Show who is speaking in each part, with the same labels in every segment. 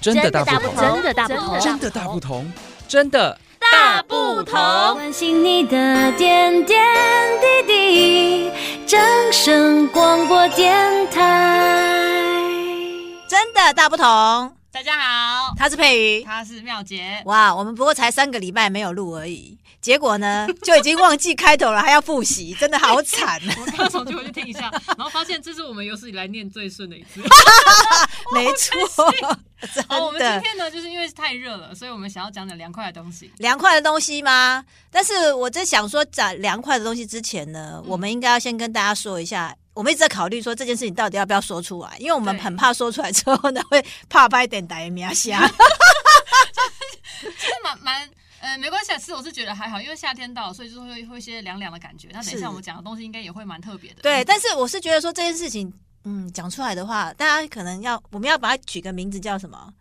Speaker 1: 真的大不
Speaker 2: 不
Speaker 1: 同，
Speaker 2: 真的大不同，
Speaker 1: 真的大不同，真的
Speaker 2: 大不同。
Speaker 3: 关心你的点点滴滴，掌声广播电台。
Speaker 4: 真的大不同。
Speaker 5: 大家好，
Speaker 4: 他是佩瑜，
Speaker 5: 他是妙杰，
Speaker 4: 哇，我们不过才三个礼拜没有录而已，结果呢 就已经忘记开头了，还要复习，真的好惨。啊
Speaker 5: 我刚刚从头去听一 下，然后发现这是我们有史以来念最顺的一 次。
Speaker 4: 没错，
Speaker 5: 好，哦我们今
Speaker 4: 真的
Speaker 5: 天呢，就是因为太热了，所以我们想要讲点凉快的东西。
Speaker 4: 凉快的东西吗？但是我在想说，讲凉快的东西之前呢，
Speaker 5: 嗯
Speaker 4: 我们应该要先跟大家说一下。我们一直在考虑说这件事情到底要不要说出来，因为我们
Speaker 5: 对
Speaker 4: 很怕说出来之后呢，会怕拍点打名 下。
Speaker 5: 其实蛮蛮。呃，没关系，啊，其实我是觉得还好，因为夏天到了，所以就是会会一些凉凉的感觉。那等一
Speaker 4: 是
Speaker 5: 下我们讲的东西应该也会蛮特别的。嗯
Speaker 4: 对，但是我是觉得说这件事情，嗯，讲出来的话，大家可能要我们要把它取个名字叫什么？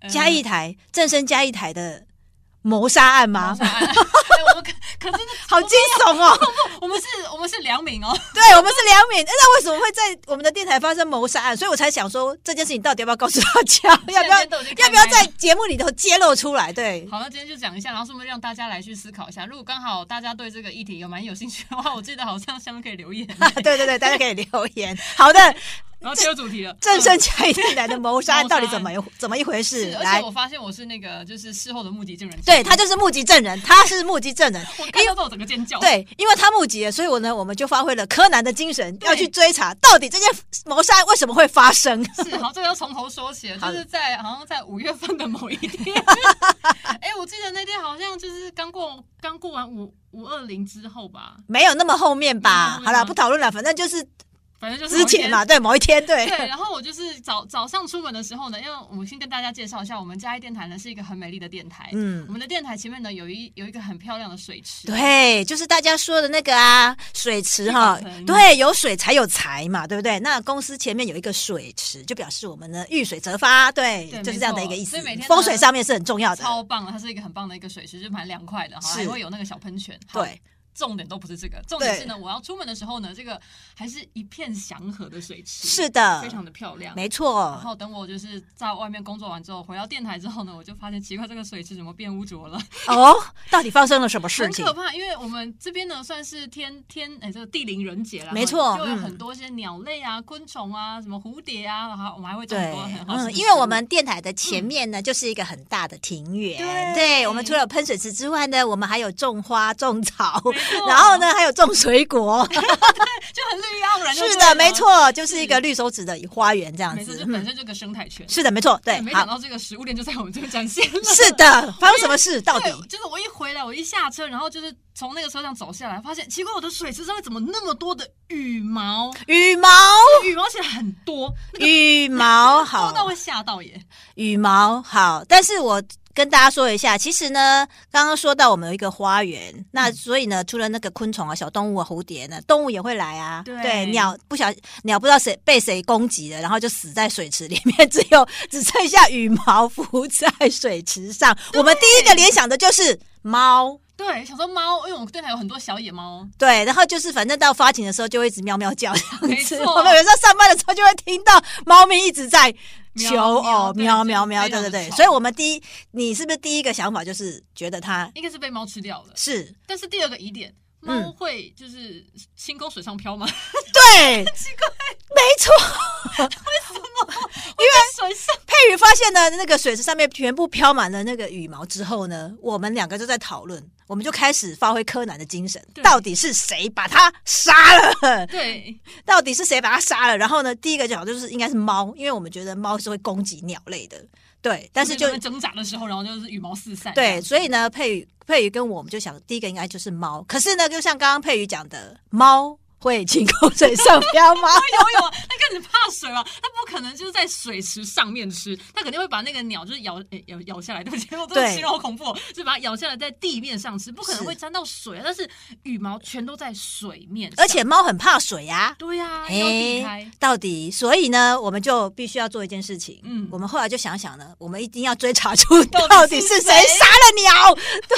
Speaker 5: 呃
Speaker 4: 嘉义台正生嘉义台的谋杀案
Speaker 5: 好
Speaker 4: 吗？
Speaker 5: 像哎哎我们可可是
Speaker 4: 好惊悚哦！
Speaker 5: 我们是我们是良民哦，
Speaker 4: 对我们是良民，那为什么会在我们的电台发生谋杀案？所以我才想说这件事情到底要不要告诉大家，要不要
Speaker 5: 现在都已经
Speaker 4: 要
Speaker 5: 开
Speaker 4: 不要
Speaker 5: 麦了
Speaker 4: 在节目里头揭露出来？对，
Speaker 5: 好，那今天就讲一下，然后顺便让大家来去思考一下。如果刚好大家对这个议题有蛮有兴趣的话，我记得好像下面可以留言。
Speaker 4: 对对对，大家可以留 言。好的，
Speaker 5: 然后切入主题了，
Speaker 4: 正
Speaker 5: 嗯
Speaker 4: 生嘉义台的 谋杀案到底怎么一怎么一回事？
Speaker 5: 是，而
Speaker 4: 来
Speaker 5: 且我，发现我是那个就是事后的目击证人之一，
Speaker 4: 对他就是目击证人，他是目击证人，
Speaker 5: 我看到之后整个尖叫，，
Speaker 4: 对，因为他目击了，所以我呢，我们就发挥了柯南的精神，
Speaker 5: 对
Speaker 4: 要去追查到底这件谋杀案为什么会发生。
Speaker 5: 是，好，这个要从头说起了，
Speaker 4: 好
Speaker 5: 就
Speaker 4: 的
Speaker 5: 是在好像在五月份的某一 天，哎、我记得那天好像就是刚过刚过完五五二零之后吧，
Speaker 4: 没有那么后面
Speaker 5: 没有
Speaker 4: 吧？
Speaker 5: 那么后面
Speaker 4: 好
Speaker 5: 吗
Speaker 4: 了，不讨论了，反正就是
Speaker 5: 反正嗯就是
Speaker 4: 之
Speaker 5: 某一天
Speaker 4: 前嘛，对，某一天，对，
Speaker 5: 对，然后我就是早早上出门的时候呢，因为我先跟大家介绍一下，我们嘉义电台呢是一个很美丽的电台，我
Speaker 4: 嗯，
Speaker 5: 们的电台前面呢有一有一个很漂亮的水池，
Speaker 4: 对，就是大家说的那个啊，水池哈
Speaker 5: 地板，盆
Speaker 4: 对，有水才有财嘛，对不对？那公司前面有一个水池，就表示我们呢遇水则发，对，
Speaker 5: 对
Speaker 4: 就是
Speaker 5: 没
Speaker 4: 这样的
Speaker 5: 错
Speaker 4: 一个意思
Speaker 5: 所以每天。呢
Speaker 4: 风水上面是很重要的，
Speaker 5: 啊超棒的，它是一个很棒的一个水池，就蛮凉快的，哈，
Speaker 4: 是
Speaker 5: 还会有那个小喷泉。好
Speaker 4: 对，
Speaker 5: 重点都不是这个，重点
Speaker 4: 对
Speaker 5: 是呢，我要出门的时候呢，这个还是一片祥和的水池，
Speaker 4: 是的
Speaker 5: 非，常的漂亮。
Speaker 4: 没
Speaker 5: 然
Speaker 4: 错，
Speaker 5: 后等我就是在外面工作完之后，回到电台之后呢，我就发现奇怪，这个水池怎么变污浊了，
Speaker 4: 哦，到底发生了什么事
Speaker 5: 很
Speaker 4: 情
Speaker 5: 可？怕。因为我们这边呢算是天天哎这个地灵人杰啦，
Speaker 4: 没错
Speaker 5: 就有
Speaker 4: 嗯
Speaker 5: 很多一些鸟类啊、昆虫啊、什么蝴蝶啊，好，我们还会种
Speaker 4: 对
Speaker 5: 很多很，嗯好吃的食物。
Speaker 4: 嗯，因为我们电台的前面呢，就是一个很大的庭园。对，我们除了有喷水池之外呢，我们还有种花、种草，
Speaker 5: 错
Speaker 4: 然后呢，还有种水果。
Speaker 5: 哦 就很绿意盎然就对了，
Speaker 4: 是的，没错，就是一个绿手指的花园这样
Speaker 5: 嗯没错，
Speaker 4: 子
Speaker 5: 就。本身这个生态圈。
Speaker 4: 是的，没错， 对
Speaker 5: 哎，没想
Speaker 4: 好，
Speaker 5: 到这个食物链就在我们这边展现了。
Speaker 4: 是的，发生什么事？到底
Speaker 5: 对，就是我一回来，我一下车，然后就是从那个车上走下来，发现奇怪，我的水池上面怎么那么多的羽毛？
Speaker 4: 羽毛，
Speaker 5: 羽毛而且很多，那个
Speaker 4: 羽毛
Speaker 5: 多到
Speaker 4: 好，
Speaker 5: 会吓到耶！
Speaker 4: 羽毛好，但是我。跟大家说一下，其实呢，刚刚说到我们有一个花园，那所以呢，除了那个昆虫啊、小动物啊、蝴蝶呢，动物也会来啊。
Speaker 5: 对
Speaker 4: 鸟不小鸟不知道谁被谁攻击了，然后就死在水池里面，只有只剩下羽毛浮在水池上。我们第一个联想的就是猫，
Speaker 5: 对，想说猫，因为我们电台有很多小野猫，
Speaker 4: 对，然后就是反正到发情的时候就会一直喵喵叫这样
Speaker 5: 没
Speaker 4: 子。
Speaker 5: 错
Speaker 4: 我们有时候上班的时候就会听到猫咪一直在
Speaker 5: 喵
Speaker 4: 求偶，
Speaker 5: 喵
Speaker 4: 喵喵
Speaker 5: 喵
Speaker 4: 喵，
Speaker 5: 对就
Speaker 4: 对
Speaker 5: 非常地
Speaker 4: 对对。
Speaker 5: 吵
Speaker 4: 所以我们第一，你是不是第一个想法就是觉得它
Speaker 5: 应该是被猫吃掉了。
Speaker 4: 是
Speaker 5: 但是第二个疑点，
Speaker 4: 嗯
Speaker 5: 猫会就是清空水上漂吗？
Speaker 4: 对？奇怪，没错。
Speaker 5: 因为 水上
Speaker 4: 佩瑜发现呢，那个水池上面全部飘满了那个羽毛之后呢，我们两个就在讨论，我们就开始发挥柯南的精神，
Speaker 5: 对
Speaker 4: 到底是谁把它杀了？
Speaker 5: 对，
Speaker 4: 到底是谁把它杀了？然后呢，第一个讲就是应该是猫，因为我们觉得猫是会攻击鸟类的，对。但是就
Speaker 5: 它们挣扎的时候，然后就是羽毛四散。
Speaker 4: 对，所以呢，佩宇佩宇跟我们就想，第一个应该就是猫。可是呢，就像刚刚佩宇讲的，猫会清空水上 漂吗？
Speaker 5: 游泳，它开始怕水了，它不可能就是在水池上面吃，它肯定会把那个鸟就是咬诶咬咬下来，对不起，我真的
Speaker 4: 对
Speaker 5: 形容好恐怖哦，就是把它咬下来在地面上吃，不可能
Speaker 4: 是
Speaker 5: 会沾到水啊，但是羽毛全都在水面上，
Speaker 4: 而且猫很怕水呀、
Speaker 5: 对呀、
Speaker 4: 啊，
Speaker 5: 要避开。
Speaker 4: 到底，所以呢，我们就必须要做一件事情。嗯
Speaker 5: 嗯，
Speaker 4: 我们后来就想想呢，我们一定要追查出到
Speaker 5: 到
Speaker 4: 底
Speaker 5: 底
Speaker 4: 是
Speaker 5: 是谁
Speaker 4: 谁杀了 鸟。对，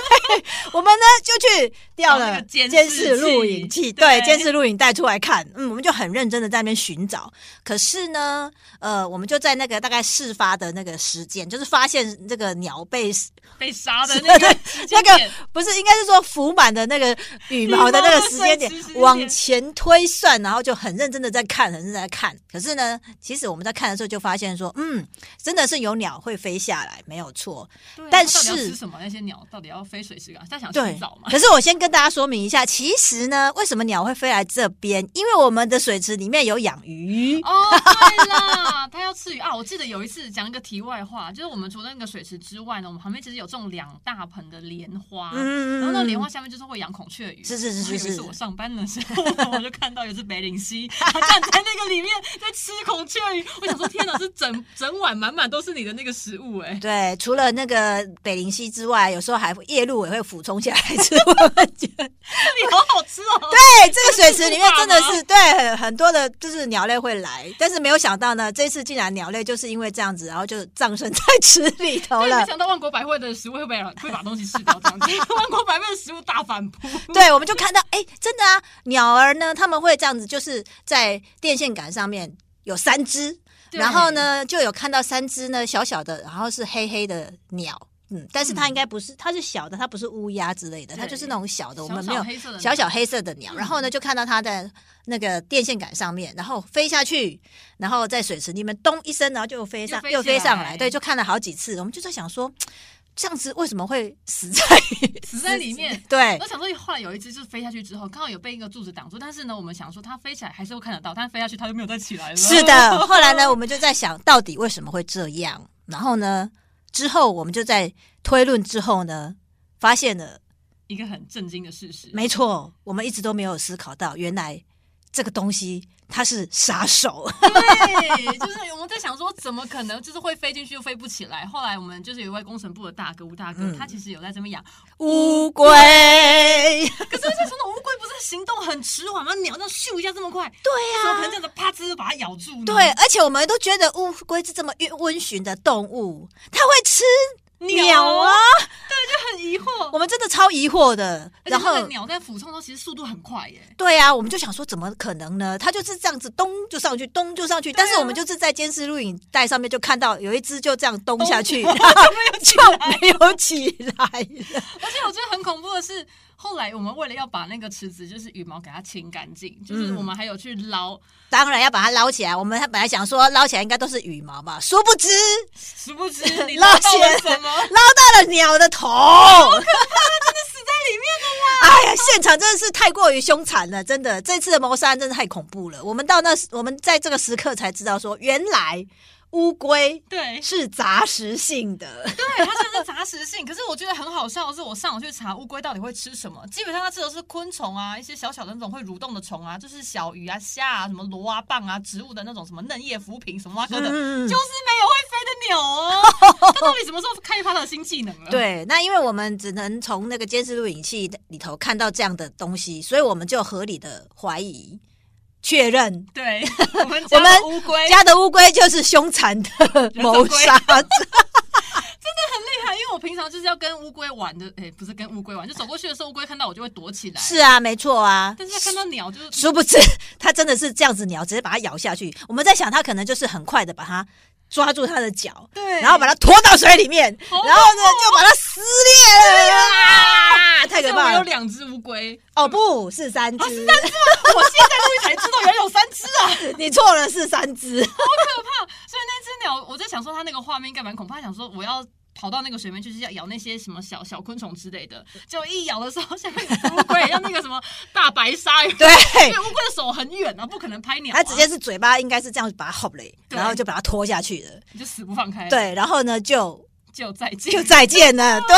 Speaker 4: 我们呢就去调
Speaker 5: 找那
Speaker 4: 了
Speaker 5: 个监视
Speaker 4: 视录影器，
Speaker 5: 器
Speaker 4: 对，
Speaker 5: 对
Speaker 4: 监视录影影带出来看，嗯，我们就很认真的在那边寻找。可是呢，呃，我们就在那个大概事发的那个时间，就是发现这个鸟被
Speaker 5: 被杀的那 个时间点
Speaker 4: 不是，应该是说浮满的那个羽毛的那个时间点
Speaker 5: 羽毛的碎石时间点
Speaker 4: 往前推算，然后就很认真的在看，很认真地在看。可是呢，其实我们在看的时候就发现说，嗯，真的是有鸟会飞下来，没有错。
Speaker 5: 对啊
Speaker 4: 但
Speaker 5: 它到底要
Speaker 4: 是
Speaker 5: 吃什么？那些鸟到底要飞水池干嘛？它想
Speaker 4: 对
Speaker 5: 洗澡，哦吗？
Speaker 4: 可是我先跟大家说明一下，其实呢，为什么鸟会飞来这边？因为我们的水池里面有养
Speaker 1: 嗯
Speaker 4: 鱼。
Speaker 5: 哦，对啦，它要吃鱼啊！我记得有一次讲一个题外话，就是我们除了那个水池之外呢，我们旁边其实有种两大盆的莲花，
Speaker 4: 嗯
Speaker 5: 然后那个莲花下面就是会养孔雀鱼。
Speaker 4: 是是是是
Speaker 5: 然后有一
Speaker 4: 是
Speaker 5: 次我上班的时候，我就看到有只北岭溪，它站在那个里面在吃孔雀鱼，我想说天哪，是整 整碗满满都是你的那个食物 哎、
Speaker 4: 对，除了那个北灵溪之外，有时候还夜鹭也会俯冲下来吃我们家
Speaker 5: 你好好吃哦。对，
Speaker 4: 对，哎这个水池里面真的
Speaker 5: 这
Speaker 4: 是对很很多的，就是鸟类会来，但是没有想到呢，这次竟然鸟类就是因为这样子，然后就葬身在池里头
Speaker 5: 没
Speaker 4: 了。
Speaker 5: 想到万国百汇的食物会被会把东西吃掉这样子， 万国百汇的食物大反扑。
Speaker 4: 对，我们就看到，哎，真的啊，鸟儿呢，他们会这样子，就是在电线杆上面有三只，
Speaker 5: 对
Speaker 4: 然后呢，就有看到三只呢小小的，然后是黑黑的鸟。嗯，但是它应该不是，它是小的，它不是乌鸦之类的，它
Speaker 5: 对
Speaker 4: 就是那种小的，我们
Speaker 5: 小
Speaker 4: 没有
Speaker 5: 小黑色的
Speaker 4: 小
Speaker 5: 鸟
Speaker 4: 小黑色的鸟，然后呢就看到它在那个电线杆上面，然后飞下去，然后在水池里面咚一声，然后就飞上
Speaker 5: 又飞
Speaker 4: 又飞
Speaker 5: 起
Speaker 4: 上
Speaker 5: 来
Speaker 4: 来，对，就看了好几次，我们就在想说，这样子为什么会死在
Speaker 5: 死在里面。
Speaker 4: 对
Speaker 5: 我想说，后来有一只就是飞下去之后，刚好有被一个柱子挡住，但是呢，我们想说它飞起来还是会看得到，但飞下去它就没有再起来了。
Speaker 4: 是的，后来呢，我们就在想到底为什么会这样，然后呢，之后我们就在推论之后呢，发现了，
Speaker 5: 一个很震惊的事实。
Speaker 4: 没错，我们一直都没有思考到，原来这个东西它是杀 手，
Speaker 5: 对，就是我们在想说，怎么可能就是会飞进去又飞不起来？后来我们就是有一位工程部的大哥吴大哥，
Speaker 4: 嗯
Speaker 5: 他其实有在这边养，
Speaker 4: 乌龟。
Speaker 5: 可是我在想，那乌龟不是行动很迟缓吗？鸟这样咻一下这么快，
Speaker 4: 对
Speaker 5: 怎么可
Speaker 4: 呀、
Speaker 5: 能这样子啪吱把它咬住呢？
Speaker 4: 对，，而且我们都觉得乌龟是这么温温驯的动物，它会吃
Speaker 5: 鸟
Speaker 4: 鸟啊，
Speaker 5: 很疑惑。
Speaker 4: 我们真的超疑惑的。
Speaker 5: 而且那
Speaker 4: 然后
Speaker 5: 个鸟在俯冲的时候，其实速度很快耶。
Speaker 4: 对啊，我们就想说怎么可能呢？它就是这样子咚就上去，咚就上去。
Speaker 5: 啊
Speaker 4: 但是我们就是在监视录影带上面就看到有一只就这样咚 下去，然后 就没有起来了。
Speaker 5: 而且我觉得很恐怖的是，后来我们为了要把那个池子就是羽毛给它清干净，就是
Speaker 4: 嗯
Speaker 5: 我们还有去捞，
Speaker 4: 当然要把它捞起来。我们本来想说捞起来应该都是羽毛嘛，殊不知
Speaker 5: 殊不知 你
Speaker 4: 捞
Speaker 5: 捞到了
Speaker 4: 起来
Speaker 5: 什么？
Speaker 4: 捞到了鸟的头，好可怕！真的死在里面了啦！哎呀，现场真的是太过于凶残了，真的，这次的谋杀案真的太恐怖了。我们到那时，我们在这个时刻才知道说，原来乌龟
Speaker 5: 对，
Speaker 4: 是杂食性的。
Speaker 5: 对，它真的是杂食性。可是我觉得很好笑的是，我上网去查乌龟到底会吃什么，基本上它吃的是昆虫啊，一些小小的那种会蠕动的虫啊，就是小鱼啊、虾啊、什么螺啊、蚌啊、植物的那种什么嫩叶浮萍什么啊哥的，
Speaker 4: 嗯
Speaker 5: 就是没有会飞的鸟 哦。它到底什么时候开发它的新技能了？，
Speaker 4: 对，那因为我们只能从那个监视录影器里头看到这样的东西，所以我们就合理的怀疑、确认
Speaker 5: 对，我们
Speaker 4: 我们
Speaker 5: 家的乌龟
Speaker 4: 家的乌龟哎 就是凶残的谋杀 者。
Speaker 5: 厉害，啊因为我平常就是要跟乌龟玩的，哎、不是跟乌龟玩，就走过去的时候，乌龟看到我就会躲起来。
Speaker 4: 是，啊，没错啊。
Speaker 5: 但是它看到鸟就是
Speaker 4: 殊不知， 它真的是这样子鸟，直接把它咬下去。我们在想，它可能就是很快的把它抓住它的脚，
Speaker 5: 对哦
Speaker 4: 然后把它拖到水里面，
Speaker 5: 好
Speaker 4: 然后呢就把它撕裂了，啊，太可
Speaker 5: 我
Speaker 4: 怕
Speaker 5: 有
Speaker 4: 了！
Speaker 5: 两只乌龟，
Speaker 4: 哦，不是三只，
Speaker 5: 我现在终于才知道原来有三只啊！
Speaker 4: 你错了，是三只。
Speaker 5: 所以那只鸟，我在想说它那个画面应该蛮恐怖，它想说我要。跑到那个水面去，就是要咬那些什么小小昆虫之类的，结果一咬的时候，下面有只乌龟，像那个什么大白鲨一样，
Speaker 4: 对，
Speaker 5: 因为乌龟的手很远啊，不可能拍鸟、啊，
Speaker 4: 他直接是嘴巴应该是这样把它吼嘞，
Speaker 5: 对
Speaker 4: 然后就把它拖下去了。
Speaker 5: 你就死不放开，，
Speaker 4: 对，然后呢就
Speaker 5: 就再见，
Speaker 4: 就再 见了。对，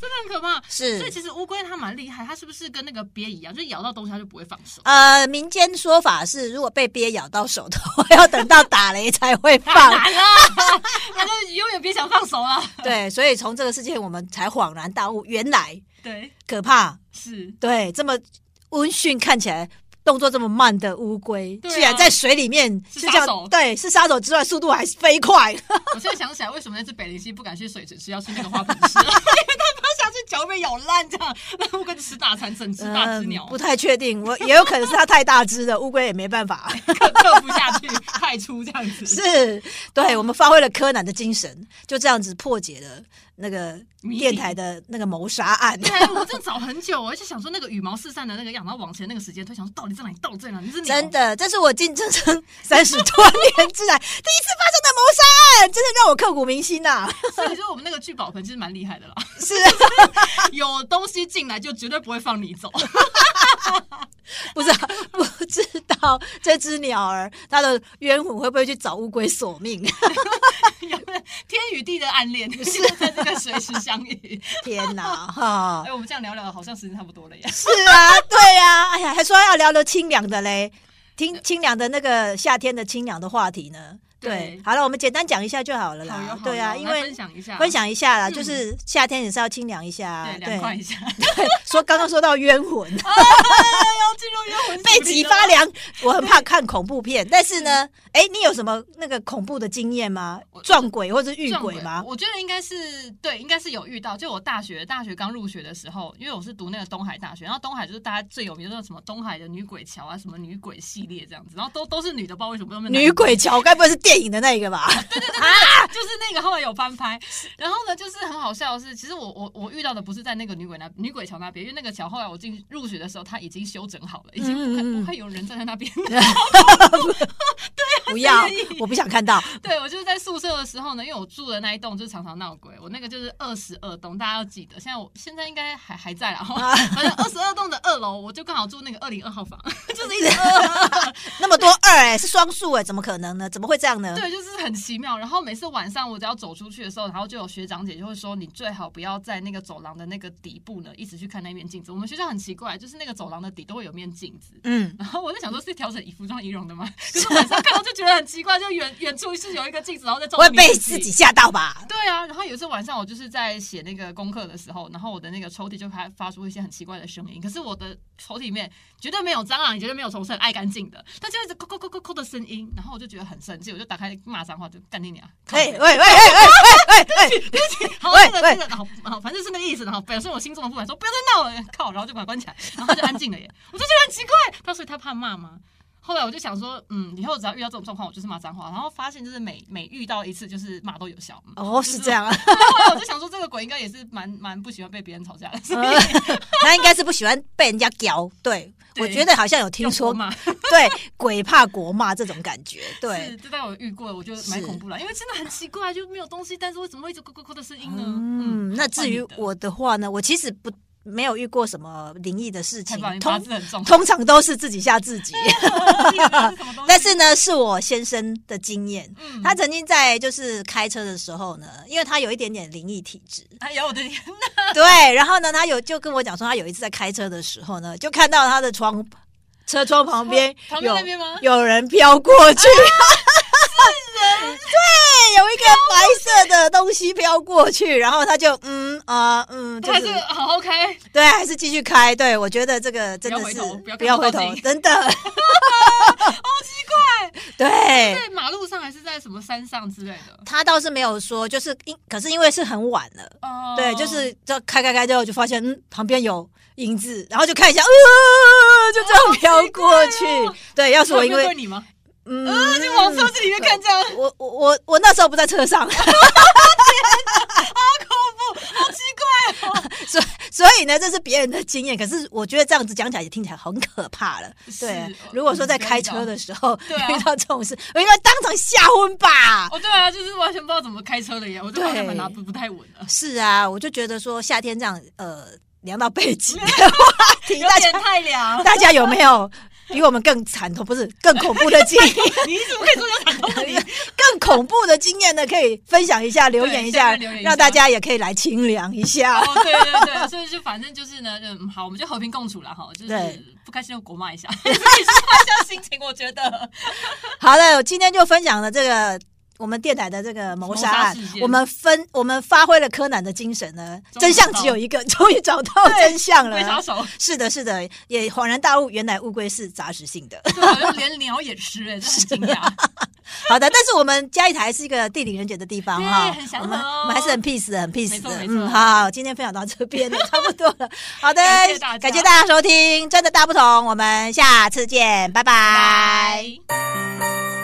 Speaker 5: 真的很可怕。所以
Speaker 4: 是
Speaker 5: 其实乌龟它蛮厉害，它是不是跟那个鳖一样，就是咬到东西它就不会放 手？
Speaker 4: 呃，民间说法是，如果被鳖咬到手的话， 要等到打雷才会
Speaker 5: 太
Speaker 4: 放。
Speaker 5: 难了，他啊就永远别想放手啊了。
Speaker 4: 对，所以从这个事件我们才恍然大悟，原来
Speaker 5: 对，
Speaker 4: 可怕。
Speaker 5: 是。
Speaker 4: 对，这么温驯看起来。动作这么慢的乌龟，
Speaker 5: 对啊
Speaker 4: 居然在水里面
Speaker 5: 是
Speaker 4: 这样
Speaker 5: 杀手
Speaker 4: 对，是杀手之外，速度还飞快。
Speaker 5: 啊 我现在想起来，为什么那只北灵溪不敢去水池吃，要去那个花盆吃？因为它不想去去脚被咬烂这样，那乌龟就吃大餐，整只大 只鸟
Speaker 4: 嗯，不太确定，我也有可能是它太大只了，乌龟也没办法。
Speaker 5: 克克服下去， 太粗这样子。
Speaker 4: 是，对我们发挥了柯南的精神，就这样子破解了那个
Speaker 5: 谜底
Speaker 4: 电台的那个谋杀案。
Speaker 5: 对，我真的找很久，而且想说那个羽毛四散的那个样，然后往前那个时间推，想说到底在哪里？到底在哪里？你是鸟
Speaker 4: 真的，这是我进政生三十多年之来第一次发生的谋杀案，真的让我刻骨铭心啊呐、
Speaker 5: 所以说我们那个聚宝盆其实蛮厉害的啦，
Speaker 4: 是，
Speaker 5: 有东西进来就绝对不会放你走。
Speaker 4: 不知道不知道这只鸟儿它的冤魂会不会去找乌龟索命？
Speaker 5: 天与地的暗恋，现在在这个随时相遇。
Speaker 4: 天哪，哈
Speaker 5: 哎、！我们这样聊聊，好像时间差不多了耶。
Speaker 4: 是啊，对呀、哎呀，还说要聊聊清凉的嘞，
Speaker 5: 呃
Speaker 4: 听清凉的那个夏天的清凉的话题呢。对
Speaker 5: 对，
Speaker 4: 好了，我们简单讲一下就好了
Speaker 5: 好哟，好
Speaker 4: 啦
Speaker 5: 哟。
Speaker 4: 对啊，
Speaker 5: 来
Speaker 4: 因为
Speaker 5: 分享一下，
Speaker 4: 分享一下啦，
Speaker 5: 嗯
Speaker 4: 就是夏天也是要清凉一下啊
Speaker 5: 对，。
Speaker 4: 对
Speaker 5: 凉，快一 下，
Speaker 4: 说刚刚说到 冤
Speaker 5: 要
Speaker 4: 魂，
Speaker 5: 进入约魂
Speaker 4: 背脊发。凉，我很怕看恐怖片，但是呢，哎，你有什么那个恐怖的经验吗
Speaker 5: 嗯我？
Speaker 4: 撞鬼或者是遇
Speaker 5: 撞
Speaker 4: 鬼吗？
Speaker 5: 我觉得应该是对，应该是有遇到。就我大学大学刚入学的时候，因为我是读那个东海大学，然后东海就是大家最有名的就是什么东海的女鬼桥啊，什么女鬼系列这样子，然后都都是女的，不知道为什么都没有男的
Speaker 4: 女鬼桥该不会是电影的那一 个吧？啊
Speaker 5: 就是那个后来有翻拍，然后呢，就是很好笑的是，其实我我我遇到的不是在那个女鬼那女鬼桥那边，因为那个桥后来我进入学的时候，它已经修整好了，已经不
Speaker 4: 嗯嗯嗯
Speaker 5: 会不会有人站在 那边。
Speaker 4: 不要，我不想看到。
Speaker 5: 对我就是在宿舍的时候呢，因为我住的那一栋就是常常闹鬼，我那个就是二十二栋，大家要记得。现在我现在应该还还在啦，
Speaker 4: 啊
Speaker 5: 反正二十二栋的二楼，我就刚好住那个二零二号房， 就是一直呃
Speaker 4: 那么多二哎、是双数哎，怎么可能呢？怎么会这样呢？
Speaker 5: 对，就是很奇妙。然后每次晚上我只要走出去的时候，然后就有学长姐就会说，你最好不要在那个走廊的那个底部呢，一直去看那面镜子。我们学校很奇怪，就是那个走廊的底都会有面镜子。
Speaker 4: 嗯，
Speaker 5: 然后我就想说，是调整以服装仪容的吗？ 可是晚上看到就觉得很奇怪，就远远处是有一个镜子，然后在照
Speaker 4: 不会
Speaker 5: 着你
Speaker 4: 被自己。吓到 吧？
Speaker 5: 对啊，然后有一次晚上我就是在写那个功课的时候，然后我的那个抽屉就开发出一些很奇怪的声音，可是我的抽屉里面绝对没有蟑螂，也绝对没有虫，是很爱干净的，它就一直扣扣扣扣扣的声音，然后我就觉得很生气，我就打开骂脏话，就干你啊娘！
Speaker 4: 哎喂喂喂喂喂喂喂，
Speaker 5: 好，
Speaker 4: 喂
Speaker 5: 那个
Speaker 4: 喂
Speaker 5: 那个，好好，反正是那个意思，然后表示我心中的不满，说不要再闹了，靠，然后就把它关起来，然后他就安静了耶，我就觉得很奇怪，他说他怕骂吗？后来我就想说，嗯，以后只要遇到这种状况，我就是骂脏话，然后发现就是每每遇到一次，就是骂都有效。嗯
Speaker 4: 哦，是这。样啊，
Speaker 5: 就是后来我就想说，这个鬼应该也是蛮蛮不喜欢被别人吵架的，所以
Speaker 4: 呃他应该是不喜欢被人家屌。对，
Speaker 5: 对
Speaker 4: 我觉得好像有听
Speaker 5: 用
Speaker 4: 说
Speaker 5: 国，骂，
Speaker 4: 对，鬼怕国骂这种感觉，
Speaker 5: 是
Speaker 4: 对。
Speaker 5: 这在我遇过，我觉得蛮
Speaker 4: 是
Speaker 5: 恐怖了，因为真的很奇怪，就没有东西，但是为什么会一直咕咕咕的声音呢？
Speaker 4: 嗯，那至于
Speaker 5: 换你的
Speaker 4: 我的话呢，我其实不没有遇过什么灵异的事
Speaker 5: 太
Speaker 4: 情
Speaker 5: 棒了，你，八
Speaker 4: 通
Speaker 5: 字很重，
Speaker 4: 通常都是自己吓自己。
Speaker 5: 天哪这什么东西
Speaker 4: 但是呢，是我先生的经验，
Speaker 5: 嗯
Speaker 4: 他曾经在就是开车的时候呢，因为他有一点点灵异体质，
Speaker 5: 哎呀，我的天哪！
Speaker 4: 对，然后呢，他有就跟我讲说，他有一次在开车的时候呢，就看到他的窗车窗旁边
Speaker 5: 旁边
Speaker 4: 有
Speaker 5: 那边吗
Speaker 4: 有人飘过去，对，有一个白色的东西飘过去，然后他就嗯啊、呃嗯，就
Speaker 5: 还
Speaker 4: 是
Speaker 5: 是哦好好开，
Speaker 4: 对，还是继续开。对我觉得这个真的
Speaker 5: 不要回
Speaker 4: 是
Speaker 5: 头不要看
Speaker 4: 不要回
Speaker 5: 不靠
Speaker 4: 头，
Speaker 5: 近
Speaker 4: 真的， 好奇怪，对。
Speaker 5: 在马路上还是在什么山上之类的。
Speaker 4: 他倒是没有说，就是因可是因为是很晚了，
Speaker 5: 哦
Speaker 4: 对，就是就开开开之后就发现，嗯，旁边有影子，然后就看一下，呃，就这样飘过去。对，要是我因
Speaker 5: 他有哦
Speaker 4: 为
Speaker 5: 对你吗？
Speaker 4: 嗯，
Speaker 5: 嗯，就往车子里面看这样，好
Speaker 4: 我我我我那时候不在 车上，
Speaker 5: 恐怖，好奇怪哦。
Speaker 4: 所以所以呢，这是别人的经验。可是我觉得这样子讲起来也听起来很可怕了。
Speaker 5: 是，
Speaker 4: 对
Speaker 5: 哦嗯
Speaker 4: 如果说在开车的时候
Speaker 5: 对啊
Speaker 4: 遇到这种事，我应该当场吓昏吧。
Speaker 5: 哦，对啊，就是完全不知道怎么开车的耶，我就
Speaker 4: 对
Speaker 5: 方向盘拿不不太稳 了，
Speaker 4: 是啊，我就觉得说夏天这样，呃，凉到背 脊，听
Speaker 5: 有
Speaker 4: 大家
Speaker 5: 点太 凉。
Speaker 4: 大家有没有比我们更惨痛，不是更恐怖的 经验？
Speaker 5: 你怎么可以说有惨痛的你？
Speaker 4: 更恐怖的经验呢？可以分享一下，留言一
Speaker 5: 下
Speaker 4: 下，
Speaker 5: 面留言一下
Speaker 4: 让大家也可以来清凉一下。
Speaker 5: 哦，对对对，所以就反正就是呢，嗯，好，我们就和平共处了哈，就
Speaker 4: 对
Speaker 5: 是不开心就国骂 一下，自己抒发一下心情，我觉得。
Speaker 4: 好了，我今天就分享了这个我们电台的这个谋
Speaker 5: 谋
Speaker 4: 杀
Speaker 5: 杀
Speaker 4: 案
Speaker 5: 事，件
Speaker 4: 我们分我们发挥了柯南的精神呢，
Speaker 5: 终于找
Speaker 4: 真相只有一个， 终于找到真相
Speaker 5: 被杀
Speaker 4: 了。
Speaker 5: 手，
Speaker 4: 是的，是的，也恍然大悟，原来乌龟是杂食性的。
Speaker 5: 啊就好像连鸟也吃、哎，真的很惊讶。
Speaker 4: 好的，但是我们嘉义台是一个地灵人杰的地方
Speaker 5: 对
Speaker 4: 哈
Speaker 5: 很祥，和
Speaker 4: 我们我们还是很 peace 的，很 peace 的
Speaker 5: 没错。没错
Speaker 4: 嗯，好，今天分享到这边 也差不多了。好的
Speaker 5: 感谢大，家
Speaker 4: 感谢大家收听，真的大不同，我们下次见， 拜拜。
Speaker 5: 拜。